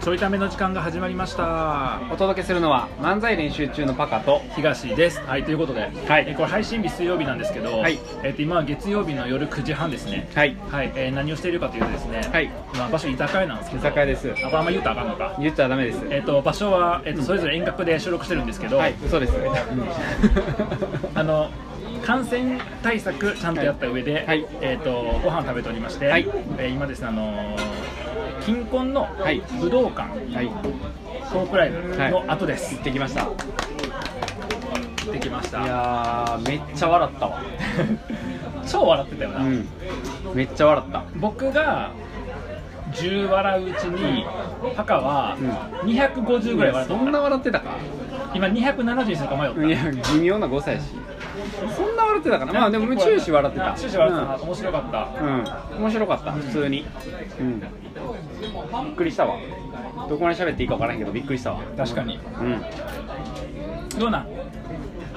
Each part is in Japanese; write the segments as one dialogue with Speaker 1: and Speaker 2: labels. Speaker 1: ちょいための時間が始まりました
Speaker 2: お届けするのは漫才練習中のパカと
Speaker 1: 東ですはいということで、
Speaker 2: はい
Speaker 1: えこれ配信日水曜日なんですけど、
Speaker 2: はい
Speaker 1: えっと今は月曜日の夜9時半ですね
Speaker 2: はい
Speaker 1: はい、えー何をしているかというとですね、
Speaker 2: はい
Speaker 1: まあ、場所居酒屋なんですけど
Speaker 2: 居酒屋です
Speaker 1: あこれあんま言うとあかんのか
Speaker 2: 言っちゃダメです
Speaker 1: えっと場所は、えっとそれぞれ遠隔で収録してるんですけど、
Speaker 2: はい嘘です、
Speaker 1: あの感染対策ちゃんとやった上で、
Speaker 2: はい
Speaker 1: えっ、とご飯食べておりまして、
Speaker 2: はい
Speaker 1: えー今ですねあのー近婚の
Speaker 2: い
Speaker 1: 武道館
Speaker 2: はい行
Speaker 1: トークライブの後です、
Speaker 2: ってきましたい
Speaker 1: 行ってきました
Speaker 2: やーめっちゃ笑ったわ
Speaker 1: 超笑ってたよな、
Speaker 2: うんめっちゃ笑った
Speaker 1: 僕が10笑ううちにパカは
Speaker 2: う
Speaker 1: 250ぐらい笑っ
Speaker 2: そ
Speaker 1: た、
Speaker 2: んな笑ってたか
Speaker 1: 今270にするか迷った
Speaker 2: いや微妙な5歳やしそんな笑ってたかなまあでも終始笑ってた
Speaker 1: 終始笑ってた、面白かった
Speaker 2: うん、うん、面白かった普通にうんびっくりしたわどこまで喋っていいか分からへんけどびっくりしたわ
Speaker 1: 確かに
Speaker 2: うん
Speaker 1: どうなん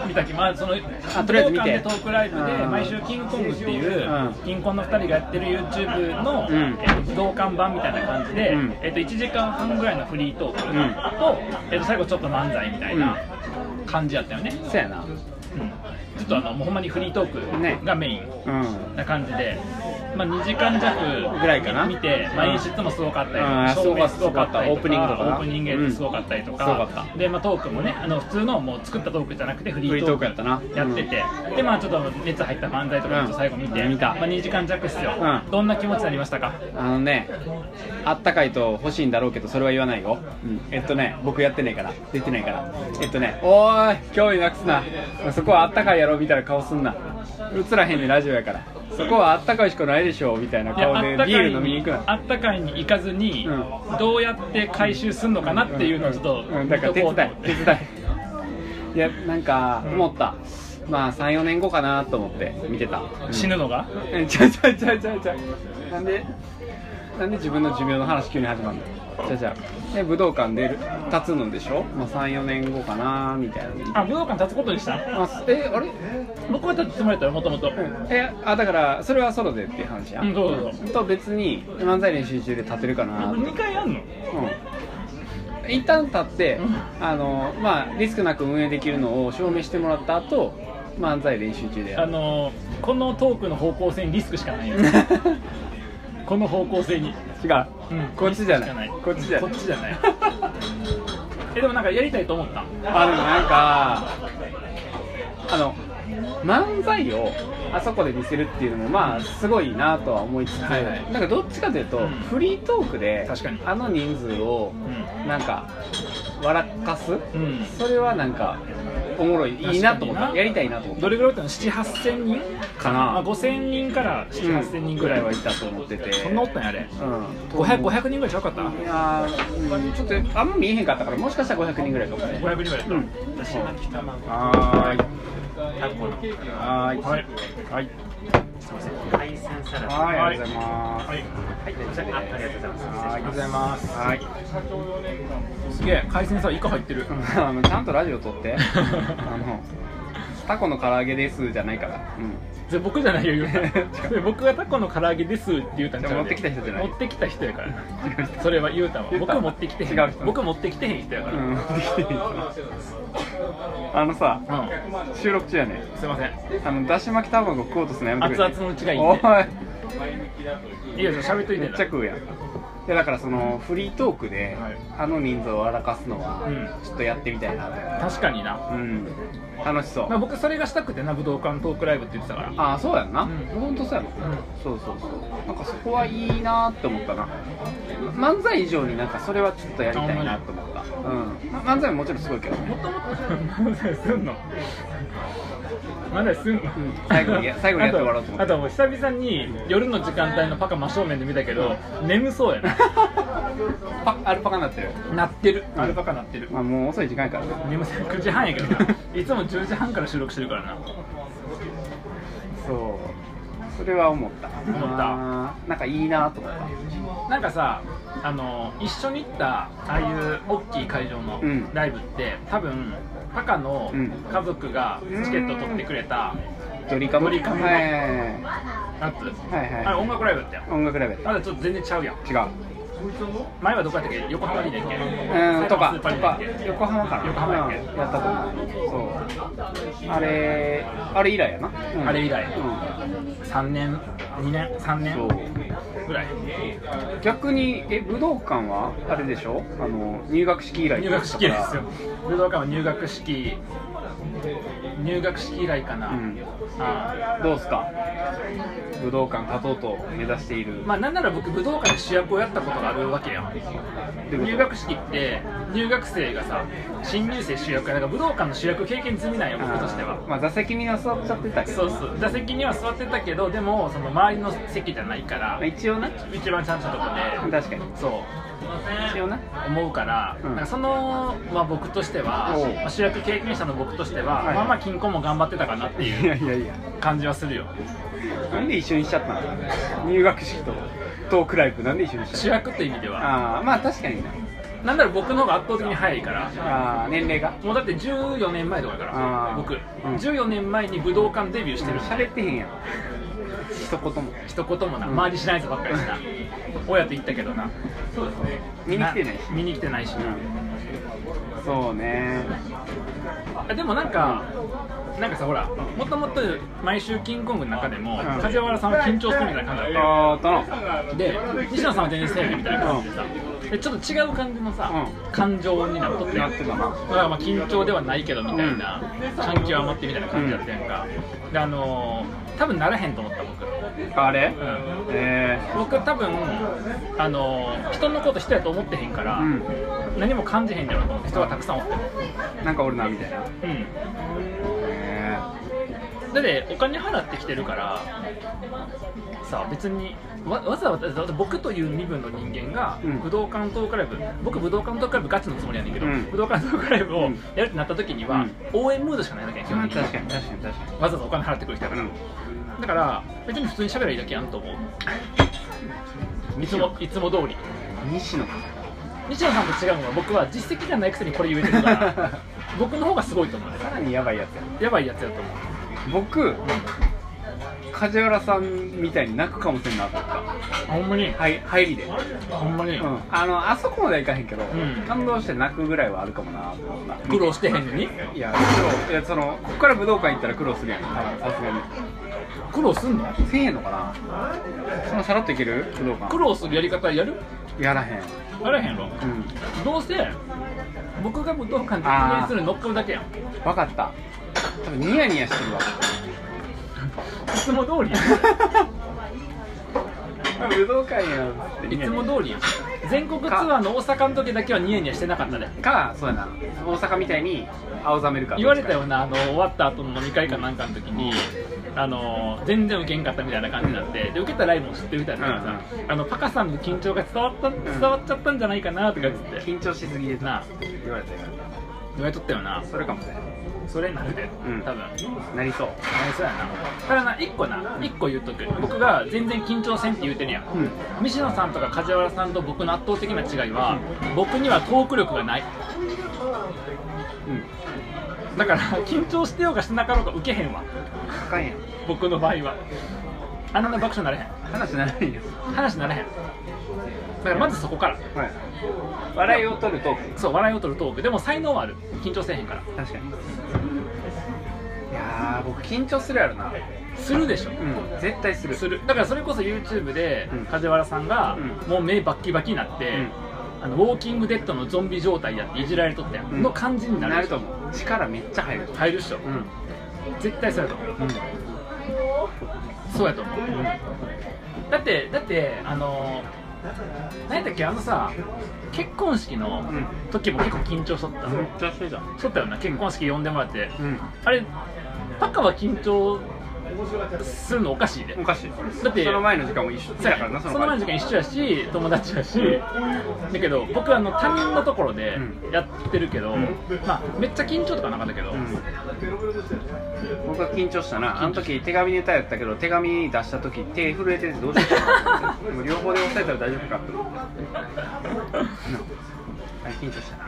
Speaker 1: 見たきまあその
Speaker 2: あとりあえず見
Speaker 1: 武道
Speaker 2: て
Speaker 1: 館でトークライブで
Speaker 2: うん
Speaker 1: 毎週キングコングっていう、
Speaker 2: うん
Speaker 1: キングコンの2人がやってる YouTube の、
Speaker 2: うん
Speaker 1: えっと武道館版みたいな感じで、
Speaker 2: うん
Speaker 1: えっと1時間半ぐらいのフリートークと、
Speaker 2: うん
Speaker 1: えっと最後ちょっと漫才みたいな感じやったよね、うん
Speaker 2: そうやな
Speaker 1: ちょっとあのもうほんまにフリートー
Speaker 2: ね
Speaker 1: クがメイン
Speaker 2: うん
Speaker 1: な感じで、まあ、2時間弱
Speaker 2: ぐらいかな
Speaker 1: 見て、まあ、
Speaker 2: うん
Speaker 1: 演出もすごかったり、
Speaker 2: うん
Speaker 1: 照明すごかったりとか
Speaker 2: すごかったオープニングとかな
Speaker 1: オープニングやつすごかったりとか,、
Speaker 2: うんすごかっ
Speaker 1: で、まあ、トークもねあの普通のもう作ったトークじゃなくてフリートーク
Speaker 2: フリートークやったな
Speaker 1: ってて、でまあちょっと熱入った漫才とかちょっと最後見て、
Speaker 2: うん見た
Speaker 1: まあ、2時間弱っすよ、
Speaker 2: うん
Speaker 1: どんな気持ちになりましたか
Speaker 2: あのね、あったかいと欲しいんだろうけど、それは言わないよ。うん、えっとね、僕やってないから、出てないから。えっとね、おーい、興味なくすな。そこはあったかいやろ、みたいな顔すんな。映らへんね、ラジオやから。そこはあったかいしかないでしょ、みたいない
Speaker 1: や
Speaker 2: 顔で
Speaker 1: あった
Speaker 2: ビ
Speaker 1: か
Speaker 2: ー
Speaker 1: い
Speaker 2: ル飲みに行く
Speaker 1: あ
Speaker 2: な。
Speaker 1: ったかいに行かずに、
Speaker 2: う
Speaker 1: どうやって回収するのかなっていうのをちょっと、
Speaker 2: うん、だから手伝い、手伝い。いや、なんか、
Speaker 1: うん
Speaker 2: 思った。まあ、3、4年後かなと思って見てた。うん
Speaker 1: 死ぬのが、
Speaker 2: えちゃうちゃうちゃうちゃうちゃうなんでなんで自分の寿命の話急に始まるのちゃうちゃうで武道館で立つのでしょ、まあ、34年後かなみたいな
Speaker 1: あ武道館立つことにした
Speaker 2: あすえあれ
Speaker 1: 僕は立つつもりだったよもともと
Speaker 2: えあだからそれはソロでっていう話や、
Speaker 1: うんそうそうそ
Speaker 2: と別に漫才練習中で立てるかなって
Speaker 1: 2回やんの
Speaker 2: うん一旦立って
Speaker 1: う
Speaker 2: あのまあリスクなく運営できるのを証明してもらった後漫才練習中でや
Speaker 1: あ
Speaker 2: る
Speaker 1: のーこのトークの方向性にリスクしかないよこの方向性に、
Speaker 2: 違う、こっちじゃないこ
Speaker 1: こ
Speaker 2: っ
Speaker 1: っ
Speaker 2: ち
Speaker 1: ち
Speaker 2: じ
Speaker 1: じ
Speaker 2: ゃ
Speaker 1: ゃないい
Speaker 2: な
Speaker 1: こっちじゃないえでもなんかやりたいと思った
Speaker 2: あでもなんかあの漫才をあそこで見せるっていうのもまあすごいなとは思いつつ、
Speaker 1: はいはい
Speaker 2: なんかどっちかというと、
Speaker 1: うん
Speaker 2: フリートークで
Speaker 1: 確かに
Speaker 2: あの人数を
Speaker 1: う
Speaker 2: なんか笑かす、
Speaker 1: ん、うん
Speaker 2: それはなんかおもろいいいなと思
Speaker 1: 確かに
Speaker 2: った
Speaker 1: な
Speaker 2: やりたいなと思った
Speaker 1: どれぐらいだったの78000人
Speaker 2: か
Speaker 1: ま
Speaker 2: な
Speaker 1: あ、5000人から
Speaker 2: うん
Speaker 1: 78000人ぐらいはい
Speaker 2: いたと思ってて
Speaker 1: そんなおったんやあれ
Speaker 2: うん
Speaker 1: 500 500人ぐらいちゃうかった500
Speaker 2: いやー、うんちょっとあんま見えへんかったからもしかしたら500人ぐらいかもね
Speaker 1: 人ぐらいやった、
Speaker 2: うん
Speaker 1: 私
Speaker 2: は
Speaker 1: は北ま
Speaker 2: はーい
Speaker 1: は
Speaker 2: はーい
Speaker 1: い
Speaker 2: はい
Speaker 3: すみません。海鮮サラダ。
Speaker 2: はいありがとうございます、
Speaker 1: はい
Speaker 3: はい、あありがとうございます。
Speaker 2: ありがとうござい
Speaker 3: す。
Speaker 2: ます。はい。
Speaker 1: すげえ海鮮さイカ入ってる
Speaker 2: あのちゃんとラジオ撮 って。あのタコの唐揚げですじゃないから。う
Speaker 1: それ僕じゃないよ言う たそれ僕がタコの唐揚げですって言うたんちゃうで
Speaker 2: 持ってきた人じゃない。
Speaker 1: 持ってきた人やからなん
Speaker 2: 違う 人
Speaker 1: それは言うたわ
Speaker 2: 言うた
Speaker 1: 僕持ってきてへ
Speaker 2: 違うん人
Speaker 1: 僕持ってきてへん人やか
Speaker 2: う
Speaker 1: ら、
Speaker 2: ん。
Speaker 1: うん
Speaker 2: 持ってきていいあのさ、収録中やね。
Speaker 1: すいません
Speaker 2: あのだし巻き卵食おうとするのやめてくれ。
Speaker 1: 熱々のうちがいい
Speaker 2: お
Speaker 1: ん
Speaker 2: い
Speaker 1: で。いいよ喋っといて
Speaker 2: めっちゃ食うやん。いやだからそのフリートークで
Speaker 1: はい
Speaker 2: あの人数を笑かすのは
Speaker 1: うん
Speaker 2: ちょっとやってみたいなと思
Speaker 1: 確かにな、
Speaker 2: って。うん。楽しそう
Speaker 1: まあ、。僕それがしたくてな武道館トークライブって言ってたから
Speaker 2: ああそうやんな、
Speaker 1: うん
Speaker 2: 本当そうやろ、
Speaker 1: ん
Speaker 2: そうそうそうなんかそこはいいなって思ったな漫才以上になんかそれはちょっとやりたいなと思った、うん、ま漫才ももちろんすごいけどね、
Speaker 1: もともと漫才 すんの漫才すんの、
Speaker 2: ん最後にや最後にやってもらおうと思って
Speaker 1: あとあもう久々に夜の時間帯のパカ真正面で見たけど、眠そうやな
Speaker 2: パアルパカになってる、
Speaker 1: なってるアルパカなってる
Speaker 2: まあ、もう遅い時間やからね
Speaker 1: 眠さん9時半やけどな いつも10時半から収録してるからな
Speaker 2: そうそれは思った思
Speaker 1: った
Speaker 2: なんかいいなと思った
Speaker 1: なんかさあの一緒に行ったああいう大きい会場の
Speaker 2: うん
Speaker 1: ライブって、多分パカの
Speaker 2: うん
Speaker 1: 家族がチケット取ってくれた
Speaker 2: ドリカム
Speaker 1: ドリカムの
Speaker 2: はいはいはい
Speaker 1: やつ、
Speaker 2: はいはい
Speaker 1: あれ音楽ライブだったよ
Speaker 2: 音楽ライブやっ
Speaker 1: まだちょっと全然ちゃうやん
Speaker 2: た違う
Speaker 1: 前はどこやったっけ横浜にだっけ
Speaker 2: うん、とか
Speaker 1: スー
Speaker 2: と
Speaker 1: パーにだっ
Speaker 2: か
Speaker 1: け
Speaker 2: 横浜かな
Speaker 1: 横浜やっけ
Speaker 2: うんやったと思うそうあれあれ以来やな、うん
Speaker 1: あれ以来
Speaker 2: う
Speaker 1: 3年2年3
Speaker 2: ん、そ
Speaker 1: 年
Speaker 2: う
Speaker 1: ぐらい
Speaker 2: 逆にえ武道館はあれでしょあの入学式以来
Speaker 1: 入学式以来ですよ
Speaker 2: だか
Speaker 1: 武道館は入学式入学式以来かな、
Speaker 2: うん
Speaker 1: あ
Speaker 2: らどうすか武道館立とうと目指している、
Speaker 1: あまあなんなら僕武道館で主役をやったことがあるわけよ
Speaker 2: どういうこと
Speaker 1: 入学式って入学生がさ新入生主役やだから武道館の主役経験済みなんよ僕としては
Speaker 2: あーまあ座席みんな座っちゃってたけど
Speaker 1: そうそう座席には座ってたけどでもその周りの席じゃないか
Speaker 2: ま
Speaker 1: ら
Speaker 2: あ、一応な
Speaker 1: 一番ちゃんととこ
Speaker 2: 確
Speaker 1: で
Speaker 2: かに
Speaker 1: そう
Speaker 2: 一応な
Speaker 1: 思うから,、
Speaker 2: うん
Speaker 1: なんかその、まあ、僕としては
Speaker 2: おう、
Speaker 1: まあ主役経験者の僕としては、
Speaker 2: はい
Speaker 1: まあまあ金庫も頑張ってたかなって
Speaker 2: い
Speaker 1: い
Speaker 2: や
Speaker 1: う
Speaker 2: いやいや
Speaker 1: 感じはするよ
Speaker 2: なんで一緒にしちゃったの入学式とトークライブなんで一緒にし
Speaker 1: 主
Speaker 2: ちゃっ
Speaker 1: 役って意味で
Speaker 2: た
Speaker 1: は
Speaker 2: のああーまあ確かにな
Speaker 1: なんなら僕の方が圧倒的に早いから
Speaker 2: ああ年齢が
Speaker 1: もうだって14年前とかだから
Speaker 2: あー
Speaker 1: 僕、
Speaker 2: うん
Speaker 1: 14年前に武道館デビューしてるし、
Speaker 2: 喋ってへんやん一言も
Speaker 1: 一言もな、
Speaker 2: うん
Speaker 1: 周りしないぞばっかりしな親と言ったけどなそうですね
Speaker 2: 見に来てないし
Speaker 1: 見に来てないしな、
Speaker 2: そうね
Speaker 1: あでもなんか、なんかさほらもともと毎週キングコングの中でも、
Speaker 2: ん
Speaker 1: 梶原さんは緊張するみたいな感じだったよ
Speaker 2: ああ頼む
Speaker 1: で西野さんは全然せえへんみたいな感じでさ、でちょっと違う感じのさ、
Speaker 2: う
Speaker 1: 感情になっとって
Speaker 2: なってたな
Speaker 1: だからまあ緊張ではないけどみたいな、感極まってみたいな感じだったやんか、であのー、多分ならへんと思った僕、
Speaker 2: あれ
Speaker 1: うん、
Speaker 2: え
Speaker 1: 僕多分あのー人のこと人やと思ってへんから、
Speaker 2: うん
Speaker 1: 何も感じへんだろうと思って人がたくさんおっても、
Speaker 2: ー、なんかおるなみたいな
Speaker 1: うん、
Speaker 2: え
Speaker 1: だってお金払ってきてるからさあ別にわわざわざだって僕という身分の人間が
Speaker 2: うん
Speaker 1: 武道館トークライブ、僕武道館トークライブガチのつもりやねんけど、
Speaker 2: うん
Speaker 1: 武道館トークライブを
Speaker 2: うん
Speaker 1: やるってなった時には、
Speaker 2: うん
Speaker 1: 応援ムードしかないだけやん
Speaker 2: ー、
Speaker 1: 基本
Speaker 2: まあ
Speaker 1: 的に
Speaker 2: 確かに確かに確か
Speaker 1: わざわざお金払ってくる人だから、
Speaker 2: に
Speaker 1: だから別に普通に喋ればいいだけやんと思ういつ もいつも通り
Speaker 2: うん西野か
Speaker 1: 西野さんと違うのは僕は実績がないくせにこれ言えてるから 僕の方がすごいと思うね
Speaker 2: さらにやばいやつや
Speaker 1: やばいやつやと思う
Speaker 2: 僕梶原さんみたいに泣くかもしれんなと思っ
Speaker 1: ほんまに
Speaker 2: たはい入りで、うん、
Speaker 1: ほんまに、
Speaker 2: あのあそこまではいかへんけど、
Speaker 1: ん
Speaker 2: 感動して泣くぐらいはあるかもなと思った
Speaker 1: 苦労してへんのに
Speaker 2: いや苦労いやそのここから武道館行ったら苦労するやん多分さすがに
Speaker 1: 苦労すんの
Speaker 2: せえへんのかなそのさらっといける武道館
Speaker 1: 苦労するやり方やる
Speaker 2: やらへん
Speaker 1: やらへんやろ
Speaker 2: うん
Speaker 1: どうせ僕が武道館で発言するの乗っかるだけやんい
Speaker 2: 分かった多分ニヤニヤしてるわ
Speaker 1: つも通りや
Speaker 2: 武道館やんっ
Speaker 1: んいつも通りやん全国ツアーの大阪の時だけはニヤニヤしてなかったね
Speaker 2: かそうやな大阪みたいに青ざめるか
Speaker 1: 言われたよなあの終わった後の飲み会かなんかの時に、あの全然ウケんかったみたいな感じになってでウケたライブも知ってるみたいなさ、あのパカさんの緊張が伝わった伝わっちゃったんじゃないかなとかっつって、
Speaker 2: 緊張しすぎで
Speaker 1: なあ
Speaker 2: 言われたよ
Speaker 1: 言われとったよな
Speaker 2: それかもね
Speaker 1: それになるで、
Speaker 2: うん
Speaker 1: 多分なり
Speaker 2: なりそう
Speaker 1: そうやなただな一個な一個言っとく僕が全然緊張せんって言うてるやん、
Speaker 2: うん
Speaker 1: 西野さんとか梶原さんと僕の圧倒的な違いは、僕にはトーク力がない
Speaker 2: うん
Speaker 1: だから緊張してようがしてなかろうがウケへんわ
Speaker 2: あかんやん
Speaker 1: 僕の場合はあのね爆笑なれへん
Speaker 2: 話ならないよ
Speaker 1: 話にならへんだからまずそこから
Speaker 2: はい笑いを取るトーク
Speaker 1: そう笑いを取るトークでも才能はある緊張せえへんから
Speaker 2: 確かにいやー僕緊張するやろな
Speaker 1: するでしょ
Speaker 2: うん絶対する
Speaker 1: するだからそれこそ YouTube で
Speaker 2: うん
Speaker 1: 梶原さんが
Speaker 2: う
Speaker 1: もう目バッキバキになって、あのウォーキングデッドのゾンビ状態やっていじられとったやん、
Speaker 2: うん
Speaker 1: の感じになる
Speaker 2: なると思う力めっちゃ入ると思
Speaker 1: 入るっしょ、
Speaker 2: ううん
Speaker 1: 絶対そうやと思う
Speaker 2: うん
Speaker 1: そうやと思う、だってだってあのー、何やったっけあのさ結婚式の
Speaker 2: うん
Speaker 1: 時も結構緊張しとった、
Speaker 2: めっちゃしてた
Speaker 1: しとったよな結婚式呼んでもらって、
Speaker 2: うん
Speaker 1: あれパカは緊張するのおかしいで、
Speaker 2: おかしい
Speaker 1: だって
Speaker 2: その前の時間も一緒
Speaker 1: そうや
Speaker 2: からな
Speaker 1: その前の時間一緒やし友達やしだけど僕はあの他人のところで
Speaker 2: う
Speaker 1: やってるけど、
Speaker 2: うん
Speaker 1: まあめっちゃ緊張とかなかったけど、
Speaker 2: うん僕は緊張したなあの時手紙ネタやったけど手紙出した時手震えててどうしようかなでも両方で押さえたら大丈夫かと思ってあれ緊張したな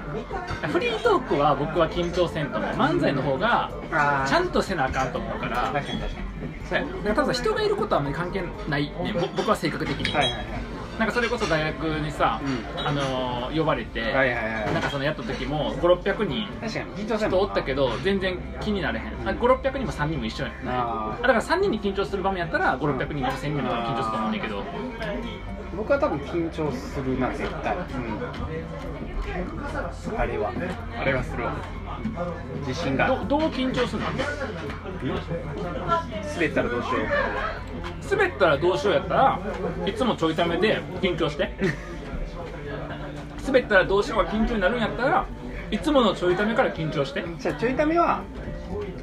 Speaker 1: フリートークは僕は緊張せんと思う漫才の方が
Speaker 2: あー
Speaker 1: ちゃんとせなあかんと思うからだ
Speaker 2: 確かに確かに
Speaker 1: から多分人がいることはあんまり関係ないねぼ僕は性格的に、
Speaker 2: はいはいはい
Speaker 1: なんかそれこそ大学にさ、
Speaker 2: う
Speaker 1: あのー呼ばれて、
Speaker 2: はいはいはい
Speaker 1: なんかそのやった時も5600人
Speaker 2: 確かに緊張した
Speaker 1: 人
Speaker 2: もん
Speaker 1: おったけど全然気になれへん、
Speaker 2: ん
Speaker 1: あ5600人も3人も一緒やんあ
Speaker 2: あ
Speaker 1: だから3人に緊張する場面やったら5600人も1000人も緊張すると思うねんだけど
Speaker 2: ー僕は多分緊張するな絶対、うん、あれはあれはするわ自信が
Speaker 1: どどう緊張するの
Speaker 2: 滑ったらどうしよ
Speaker 1: 滑ったらどうしようやったらいつもちょいためで緊張 して滑ったらどうしようが緊張になるんやったらいつものちょいためから緊張して
Speaker 2: うじゃあちょいためは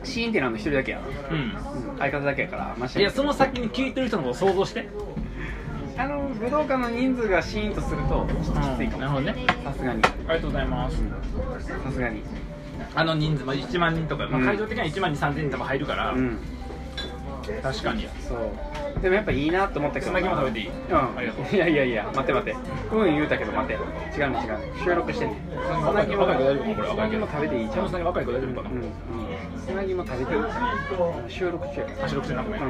Speaker 2: シーンってなるの一人だけやな、
Speaker 1: うん
Speaker 2: うん、相方だけやからマシ
Speaker 1: いやその先に聞いてる人のことを想像して
Speaker 2: あの武道館の人数がシーンとするとちょっときついか
Speaker 1: なる
Speaker 2: も
Speaker 1: ほどね
Speaker 2: さすがに
Speaker 1: ありがとうございます
Speaker 2: さすがに
Speaker 1: あの人数、まあ、1万人とか、まあ、
Speaker 2: うん
Speaker 1: 会場的には1万2 3 0 0人とか入るから、
Speaker 2: うん
Speaker 1: 確かに
Speaker 2: そうでもやっぱいいなと思ったけ
Speaker 1: そ
Speaker 2: ど
Speaker 1: んだけも食べていい
Speaker 2: うん
Speaker 1: ありがとう
Speaker 2: いやいやいや待って待ってうん言うたけど待って違うね違うね収録してんね
Speaker 1: 若い子大丈夫かこれ
Speaker 2: 砂肝食べていいじゃん
Speaker 1: そんなに若い子大丈夫かな、
Speaker 2: うん砂肝食べていいじゃん収録中やか
Speaker 1: あ収録中なごめん、
Speaker 2: ら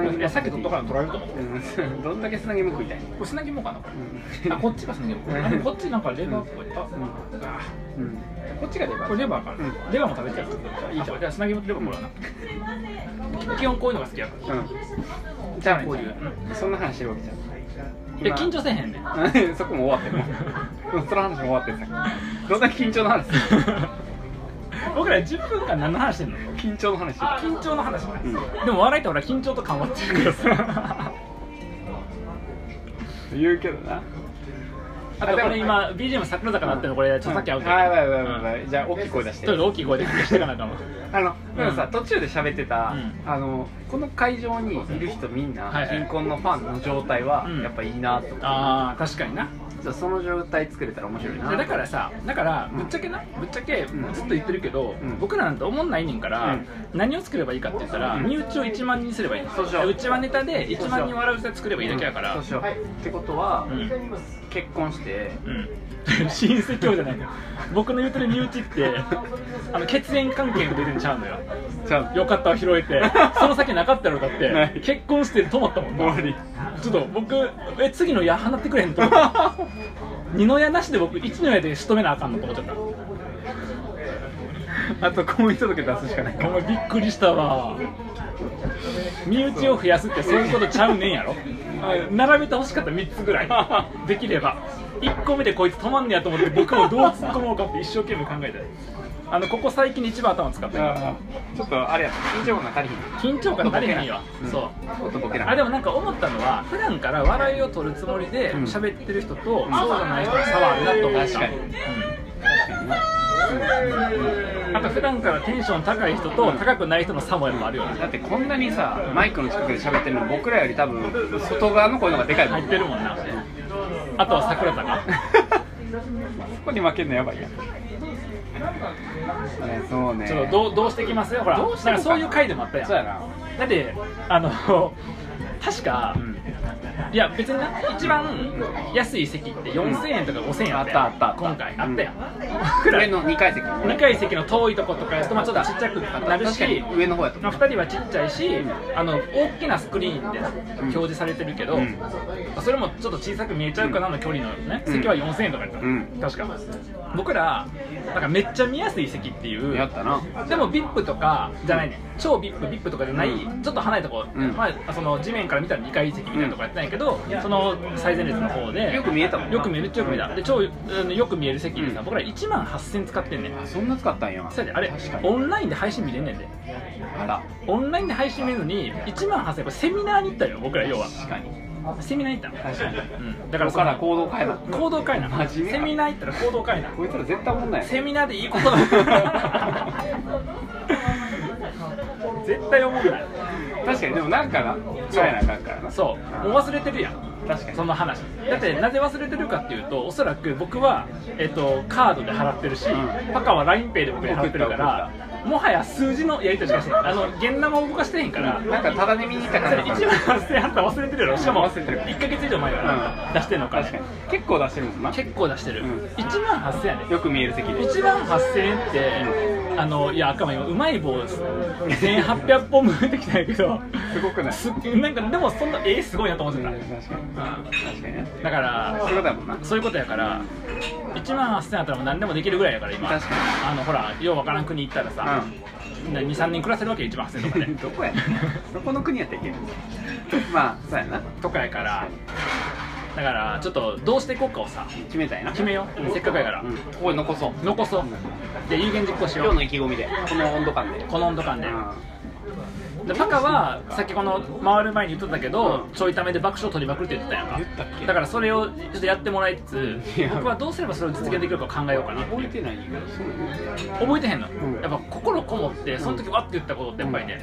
Speaker 2: うん
Speaker 1: いやさっき取ったから取られると思う、
Speaker 2: うんどんだけ砂肝食いたいの
Speaker 1: これ砂肝かなこ
Speaker 2: うん
Speaker 1: れあこっちが砂肝あでもこっちなんかレバーっぽい、ああ
Speaker 2: うん
Speaker 1: こっちがレバーこれレバーかな、
Speaker 2: う
Speaker 1: レバーも食べてやいいじゃんじゃあ砂肝とレバーもらうな基本こういうのが好きやから
Speaker 2: うんじゃあこういうそんな話してるわけじゃん
Speaker 1: いや緊張せえへんねん
Speaker 2: そこも終わってるもうその話も終わってるさっきどんな緊張の話する
Speaker 1: 僕ら10分間何の話してんの
Speaker 2: 緊張の話して
Speaker 1: 緊張の話、
Speaker 2: ん
Speaker 1: でも笑いって俺は緊張と緩和っていうからさ
Speaker 2: る言うけどな
Speaker 1: あとこれ今 BGM 桜坂なってるのこれ著作権ある
Speaker 2: はいはいはいはいはいじゃあ大きい声出して
Speaker 1: ちょっと大きい声で発表していかなあかんわ
Speaker 2: あのでもさ、
Speaker 1: うん
Speaker 2: 途中で喋ってた、
Speaker 1: うん
Speaker 2: あのこの会場にいる人みんな、
Speaker 1: はいはい
Speaker 2: 貧困のファンの状態は
Speaker 1: うん
Speaker 2: やっぱいいなと、
Speaker 1: ああ確かにな
Speaker 2: じゃあその状態作れたら面白
Speaker 1: い
Speaker 2: いな
Speaker 1: やだからさだからぶっちゃけなぶっちゃけずっと言ってるけど、
Speaker 2: うん
Speaker 1: 僕らなんて思んないねんから、
Speaker 2: うん
Speaker 1: 何を作ればいいかって言ったら、
Speaker 2: うん
Speaker 1: 身内を1万人にすればいい
Speaker 2: そうしよう
Speaker 1: うちはネタで1万人笑う人作ればいいだけやから
Speaker 2: そうしようってことは、
Speaker 1: うん
Speaker 2: 結婚して
Speaker 1: うん 親戚教じゃないのよ僕の言うてる身内って あの血縁関係が出てんちゃうのよ
Speaker 2: ちゃん
Speaker 1: よかったを拾えてその先なかったのだっ
Speaker 2: な
Speaker 1: て
Speaker 2: い
Speaker 1: 結婚して止まったもん
Speaker 2: 終わり
Speaker 1: ちょっと僕え次の矢放ってくれへんと思った 二の矢なしで僕一の矢で仕留めなあかんのと思っちゃった
Speaker 2: あと婚姻届出すしかない
Speaker 1: お前びっくりしたわ身内を増やすってそういうことちゃうねんやろ並べてほしかった3つぐらいできれば1個目でこいつ止まんねやと思って僕もどう突っ込もうかって一生懸命考えたあのここ最近一番頭使った今
Speaker 2: ちょっとあれや緊張感が足りひん
Speaker 1: 緊張感足りないわ
Speaker 2: うん
Speaker 1: そう
Speaker 2: ちょっとボケな
Speaker 1: あでもなんか思ったのは普段から笑いを取るつもりで
Speaker 2: うん
Speaker 1: 喋ってる人とそうじゃない人の差はあるなと思った
Speaker 2: 確かに
Speaker 1: うん
Speaker 2: 確かに
Speaker 1: な
Speaker 2: な
Speaker 1: んか普段からテンション高い人と高くない人の差もやっぱあるよね
Speaker 2: だってこんなにさマイクの近くで喋ってるの僕らより多分外側の声の方がでかいも
Speaker 1: 入っ
Speaker 2: ん
Speaker 1: てるもんなあとは桜 坂
Speaker 2: そこに負けるのやばい やん。そうね。
Speaker 1: ちょっとどうどうしてきますよほら
Speaker 2: どうしてい
Speaker 1: な
Speaker 2: こうか
Speaker 1: んかそういう回でもあったやん
Speaker 2: そうやな。
Speaker 1: だってあの確か、
Speaker 2: ん
Speaker 1: いや別にな一番安い席って4000円とか5000円あったやん
Speaker 2: あったあったあ
Speaker 1: 今
Speaker 2: った
Speaker 1: 回あったやん、僕ら
Speaker 2: 上の二階席。
Speaker 1: 2階席の遠いとことかやとまあちょっとちっちゃくなる
Speaker 2: 確か
Speaker 1: し
Speaker 2: に上の方やと思
Speaker 1: まあ、2人はちっちゃいし、あの大きなスクリーンで表示されてるけど、
Speaker 2: うん
Speaker 1: それもちょっと小さく見えちゃうかなの距離のね、
Speaker 2: うん
Speaker 1: 席は4000円とかやった、
Speaker 2: うん
Speaker 1: 確か僕らなんかめっちゃ見やすい席っていう
Speaker 2: う。やったな。
Speaker 1: でも VIP とかじゃないね超 VIPVIP とかじゃない、ちょっと離れたとこ、
Speaker 2: うん
Speaker 1: まあ、その地面から見たら2階席みたいなとこやってないけど、その最前列の方で
Speaker 2: よく見えたもんな
Speaker 1: よく見えるよく見えたで超うんよく見える席でさ、
Speaker 2: うん
Speaker 1: 僕ら1万8000使ってんねん
Speaker 2: あそんな使ったんや。
Speaker 1: そうやであれ
Speaker 2: 確かに。
Speaker 1: オンラインで配信見れんねんで
Speaker 2: あら。
Speaker 1: オンラインで配信見るのに1万8000これセミナーに行ったよ僕ら要は
Speaker 2: 確かに。
Speaker 1: セミナーに行ったの
Speaker 2: 確かに。
Speaker 1: うんだから
Speaker 2: だか
Speaker 1: ら
Speaker 2: か
Speaker 1: そ
Speaker 2: ら
Speaker 1: の
Speaker 2: 行動変えな。
Speaker 1: 行動会な
Speaker 2: 真面目
Speaker 1: セ
Speaker 2: や
Speaker 1: ミナー行ったら行動会な
Speaker 2: こいつら絶対おもんない。
Speaker 1: セミナーでいい ことだ絶対思うない
Speaker 2: 確かにでもなんかな。変えなあかんからな。
Speaker 1: そうもう忘れてるやん
Speaker 2: 確かに
Speaker 1: そ。の話だってなぜ忘れてるかっていうとおそらく僕は、えっとカードで払ってるし、
Speaker 2: うん
Speaker 1: パカは l i n e イで僕に払ってるからもはや数字のやり取りしかしてないあの現生を動かしてへんから
Speaker 2: なんかただで見に行った
Speaker 1: それ
Speaker 2: 感
Speaker 1: 1
Speaker 2: じ
Speaker 1: 万8000円あったら忘れてるやろしかも
Speaker 2: 忘れてる
Speaker 1: 1か月以上前から出してんのか、
Speaker 2: 確かに結構出してるもんな
Speaker 1: 結構出してる、
Speaker 2: うん
Speaker 1: 1万8000円やで
Speaker 2: よく見える席で
Speaker 1: 1万8000円って、あのいや赤間今うまい棒です1800本も出てきたんやけど
Speaker 2: すごくない
Speaker 1: すなんかでもそんなえー、すごいなと思ってた、
Speaker 2: うん確かに確かにね
Speaker 1: だから
Speaker 2: そういうことだもんな
Speaker 1: そういうことやから1万8000円あったらもう何でもできるぐらいやから今
Speaker 2: 確かに
Speaker 1: あのほらようわからん国行ったらさ、23年暮らせるわけよ1万8000円とかね
Speaker 2: どこやねんどこの国やったらいけるまあそうやな
Speaker 1: とかやからだからちょっとどうしていこうかをさ
Speaker 2: 決めたいな
Speaker 1: 決めよう、せっかくやから、
Speaker 2: うんここに残そう
Speaker 1: 残そうで有言実行し
Speaker 2: 今
Speaker 1: よ
Speaker 2: 日の
Speaker 1: う
Speaker 2: 意気込みでこの温度感で
Speaker 1: この温度感で
Speaker 2: う
Speaker 1: でパカはさっきこの回る前に言ってたけど、
Speaker 2: うん
Speaker 1: ちょいためで爆笑取りまくるって言ってたやんか
Speaker 2: 言ったっけ
Speaker 1: だからそれをちょっとやってもらいつ
Speaker 2: いや
Speaker 1: つ僕はどうすればそれを実現できるかを考えようか
Speaker 2: ん
Speaker 1: なって
Speaker 2: 覚
Speaker 1: い
Speaker 2: え
Speaker 1: う
Speaker 2: てないけどそう
Speaker 1: 覚えてへんの、
Speaker 2: うん
Speaker 1: やっぱ心こもってその時わって言ったことってやっぱりね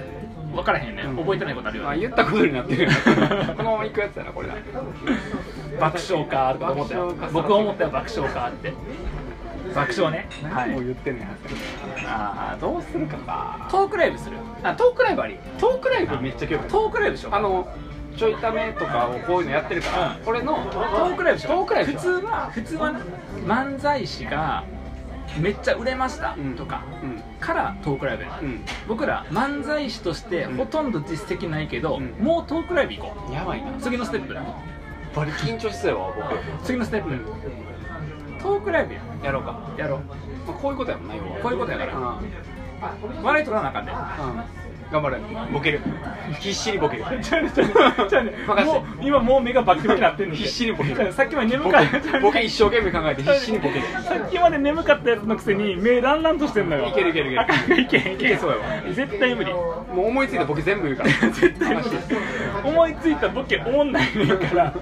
Speaker 1: 分からへんね、
Speaker 2: うん
Speaker 1: 覚えてないことあるよ
Speaker 2: あ
Speaker 1: ね、
Speaker 2: 言ったことに なってるこのまま行くやつやなこれだ
Speaker 1: 爆笑かーとか思ったよ
Speaker 2: 爆笑か
Speaker 1: 僕は思ったよ爆笑かーって爆笑ねはい
Speaker 2: 何を言ってんねんああどうするかか
Speaker 1: トークライブする
Speaker 2: あトークライブありトークライブめっちゃ興味ある
Speaker 1: トークライブしよう
Speaker 2: あのちょいためとかをこういうのやってるから、
Speaker 1: うん
Speaker 2: これのト
Speaker 1: トークライブしよう
Speaker 2: トークライブし
Speaker 1: 普
Speaker 2: よう
Speaker 1: 通は普通はな漫才師がめっちゃ売れました
Speaker 2: うん
Speaker 1: とか
Speaker 2: うん
Speaker 1: からトークライブやな
Speaker 2: う
Speaker 1: 僕ら漫才師としてほとんど実績ないけど、
Speaker 2: うん
Speaker 1: もうトークライブ行こ
Speaker 2: んやばいな
Speaker 1: う次のステップ
Speaker 2: バリ緊張しそうやわ
Speaker 1: 次のステップ、トークライブや
Speaker 2: 僕やろうか、
Speaker 1: やろう
Speaker 2: まあ、こういうことやもんな要は
Speaker 1: こういうことやから
Speaker 2: うんうん
Speaker 1: 笑い取らなあかんで、ね
Speaker 2: 頑張れボケる必死にボケる
Speaker 1: じゃあね、じゃあねじゃあ ね
Speaker 2: 任せて
Speaker 1: もう今もう目がバキバキになってんの
Speaker 2: 必死にボケる
Speaker 1: じゃあさっきまで眠
Speaker 2: ボ
Speaker 1: かった
Speaker 2: ケボケ一生懸命考えて必死にボケる
Speaker 1: さっきまで眠かったやつのくせに目ランランとしてんのよ
Speaker 2: いけるいけるいける
Speaker 1: あかんいけんいけん
Speaker 2: いけそうやわ
Speaker 1: 絶対無理
Speaker 2: もう思いついたボケ全部言うから
Speaker 1: 絶対無理思いついたボケおもんないねんから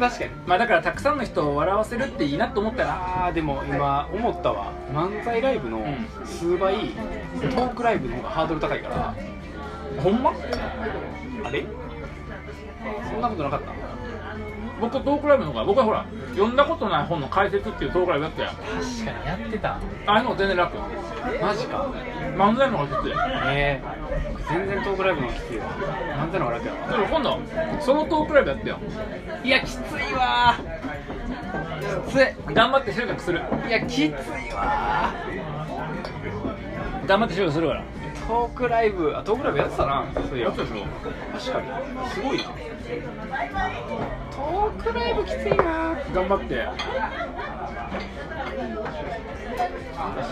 Speaker 2: 確かに
Speaker 1: まあだからたくさんの人を笑わせるっていいなと思ったら
Speaker 2: あーでも今思ったわ漫才ライブの
Speaker 1: ん
Speaker 2: 数倍トークライブの方がハードル高いから
Speaker 1: ほんま
Speaker 2: あれそんなことなかった
Speaker 1: 僕トークライブの方が僕はほら読んだことない本の解説っていうトークライブやったやん
Speaker 2: 確かにやってた
Speaker 1: ああいうのが全然楽
Speaker 2: マジか
Speaker 1: 漫才の方がきつい
Speaker 2: ええ僕全然トークライブの方がきついわなんてのが楽やわ
Speaker 1: でも今度そのトークライブやってよ
Speaker 2: いやきついわきつい
Speaker 1: 頑張って収穫する
Speaker 2: いやきついわ
Speaker 1: 頑張って収穫するから
Speaker 2: トークライブあトークライブやってたなそういや
Speaker 1: やってたでしょ
Speaker 2: 確かにすごいなトークライブきついな
Speaker 1: 頑張って
Speaker 2: 確か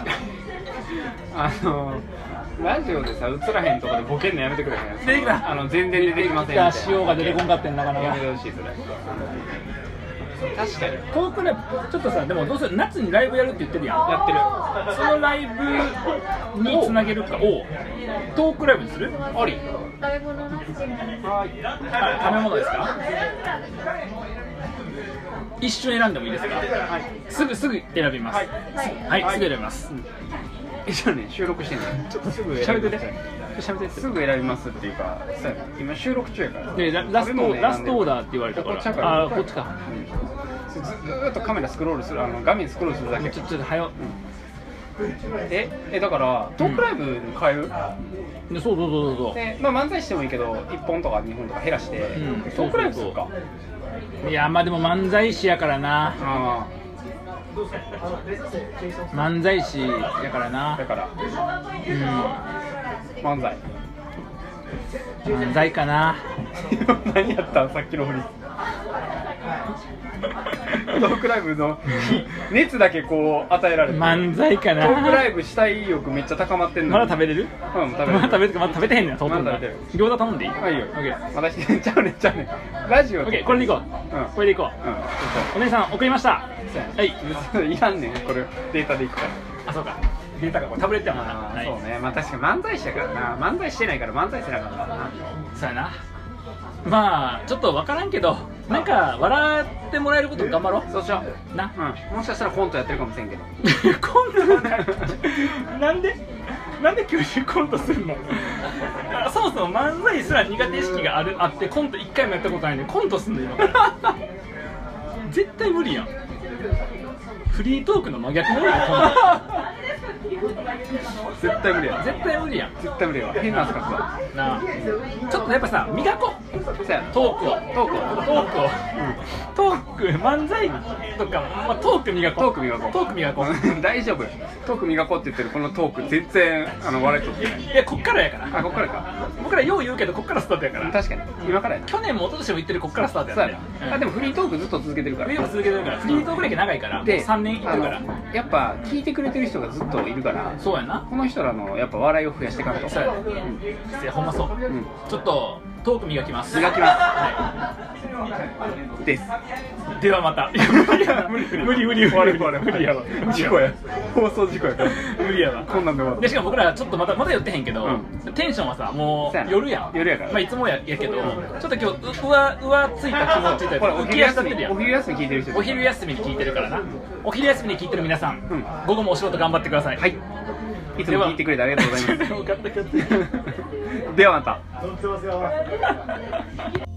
Speaker 2: にあのラジオでさ映らへんとこでボケんのやめてくれへん
Speaker 1: 出てきた
Speaker 2: あの全然出てきませんみたいな
Speaker 1: 塩が出てこんかってんなかな
Speaker 2: や
Speaker 1: か
Speaker 2: めてほしいそれ確かに
Speaker 1: トークライブちょっとさでもどうせ夏にライブやるって言ってるやん
Speaker 2: やってる
Speaker 1: そのライブにつなげるかをトークライブにする
Speaker 2: あり
Speaker 1: あ食べ物ですか一瞬選んでもいいですか、すぐすぐ選びますはい、
Speaker 2: はい
Speaker 1: すぐ選びます、
Speaker 2: えじゃあね収録してんのちょっとすぐ
Speaker 1: しゃべって
Speaker 2: 選びます
Speaker 1: てしゃべってて
Speaker 2: すぐ選びますっていうかそうやね今収録中やから
Speaker 1: でララストラストオーダーって言われたか
Speaker 2: こっ
Speaker 1: ら
Speaker 2: ちやから
Speaker 1: あーこっちか
Speaker 2: うんずずーっとカメラスクロールするあの画面スクロールするだけ
Speaker 1: ちょちょっと早っ
Speaker 2: ええだからトークライブに変える、
Speaker 1: でそうそうそうそう
Speaker 2: で、まあ、漫才してもいいけど1本とか2本とか減らして、
Speaker 1: うん
Speaker 2: トークライブするか
Speaker 1: そうそういやまあでも漫才師やからな
Speaker 2: あ
Speaker 1: 漫才師やから
Speaker 2: あだ
Speaker 1: な、
Speaker 2: から
Speaker 1: うん、
Speaker 2: 漫才
Speaker 1: 漫才かな
Speaker 2: 何やったんさっきの振り トークライブの熱だけこう与えられて
Speaker 1: 漫才か
Speaker 2: ト
Speaker 1: な
Speaker 2: ークライブしたい意欲めっちゃ高まってんの
Speaker 1: まだ食べれる
Speaker 2: べうん食べる
Speaker 1: まだ食べるまだ食べてへんねん当然
Speaker 2: まだ食べてる
Speaker 1: 餃子頼んでいい
Speaker 2: あいいよ
Speaker 1: オッケー
Speaker 2: 私 ちゃうねちゃうねラジオ
Speaker 1: オッケ
Speaker 2: で
Speaker 1: ーこれでいこ
Speaker 2: うん
Speaker 1: うこれでいこ
Speaker 2: うん
Speaker 1: うお姉さん送りましたはい
Speaker 2: そう いらんねんこれデータでいくから
Speaker 1: あそうかデータがこれタブレットやもんな
Speaker 2: あ
Speaker 1: は
Speaker 2: ー
Speaker 1: い
Speaker 2: そうねまあ確かに漫才師だからな漫才してないから漫才せなあかんからな
Speaker 1: そうやなまあちょっと分からんけどなんか笑ってもらえること頑張ろ
Speaker 2: そうしよ
Speaker 1: うな
Speaker 2: う、うん、もしかしたらコントやってるかもしれんけど
Speaker 1: コントなんでなんで急にコントするのあそもそも漫才すら苦手意識があるあってコント一回もやったことないのにコントすんの今から絶対無理やんフリートークの真逆のような飛
Speaker 2: 絶対無理
Speaker 1: ん
Speaker 2: や
Speaker 1: でる絶対無理やん
Speaker 2: 絶対無理やわ変な汗か
Speaker 1: なあちょっとやっぱさ磨こう
Speaker 2: くわそやな
Speaker 1: トークを
Speaker 2: トークを
Speaker 1: トークを、トーク漫才とか、まあ、トーク磨こう
Speaker 2: トーク磨こう
Speaker 1: トーク磨こう
Speaker 2: 大丈夫トーク磨こうって言ってるこのトーク全然あの笑いとってない
Speaker 1: いやこっからやから
Speaker 2: あこっからか
Speaker 1: 僕らよう言うけどこっからスタートやから
Speaker 2: 確かに今からやな
Speaker 1: 去年も一昨年も言ってるこっからスタート
Speaker 2: そう
Speaker 1: や
Speaker 2: や
Speaker 1: ね
Speaker 2: な、あでもフリートークずっと続けてるから
Speaker 1: フリーも続けてるからフリートーク歴長いから
Speaker 2: で
Speaker 1: 3年いってるから
Speaker 2: あのやっぱ聞いてくれてる人がずっといるから
Speaker 1: そうやな
Speaker 2: この人らのやっぱ笑いを増やしていかんと
Speaker 1: そうやね
Speaker 2: ん
Speaker 1: いやほんまそう、
Speaker 2: ん
Speaker 1: ちょっとトーク磨きます
Speaker 2: 磨きます
Speaker 1: は
Speaker 2: です
Speaker 1: いではまたいや無理無理無理無理
Speaker 2: 悪い悪い
Speaker 1: 無理やわ
Speaker 2: 事故や放送事故やから
Speaker 1: 無理やわ
Speaker 2: こんなんで終わる
Speaker 1: でしかも僕らちょっとまたまだ寄ってへんけど、
Speaker 2: う
Speaker 1: テンションはさも
Speaker 2: そうや
Speaker 1: う
Speaker 2: な
Speaker 1: 夜やん
Speaker 2: 夜やから
Speaker 1: まあ、いつもややけど、ちょっと今日ううわうわついた気持ちという
Speaker 2: ほら
Speaker 1: か
Speaker 2: お
Speaker 1: 浮
Speaker 2: 昼
Speaker 1: き足立
Speaker 2: 休
Speaker 1: っ
Speaker 2: み
Speaker 1: てるや
Speaker 2: お
Speaker 1: ん
Speaker 2: 昼休み聞いてる人
Speaker 1: お昼休みに聞いてるからなお昼休みに聞いてる皆さん、
Speaker 2: うん
Speaker 1: 午後もお仕事頑張ってください
Speaker 2: はいいつも聞いてくれてありがとうございます
Speaker 1: ではよかったよかった
Speaker 2: ではまた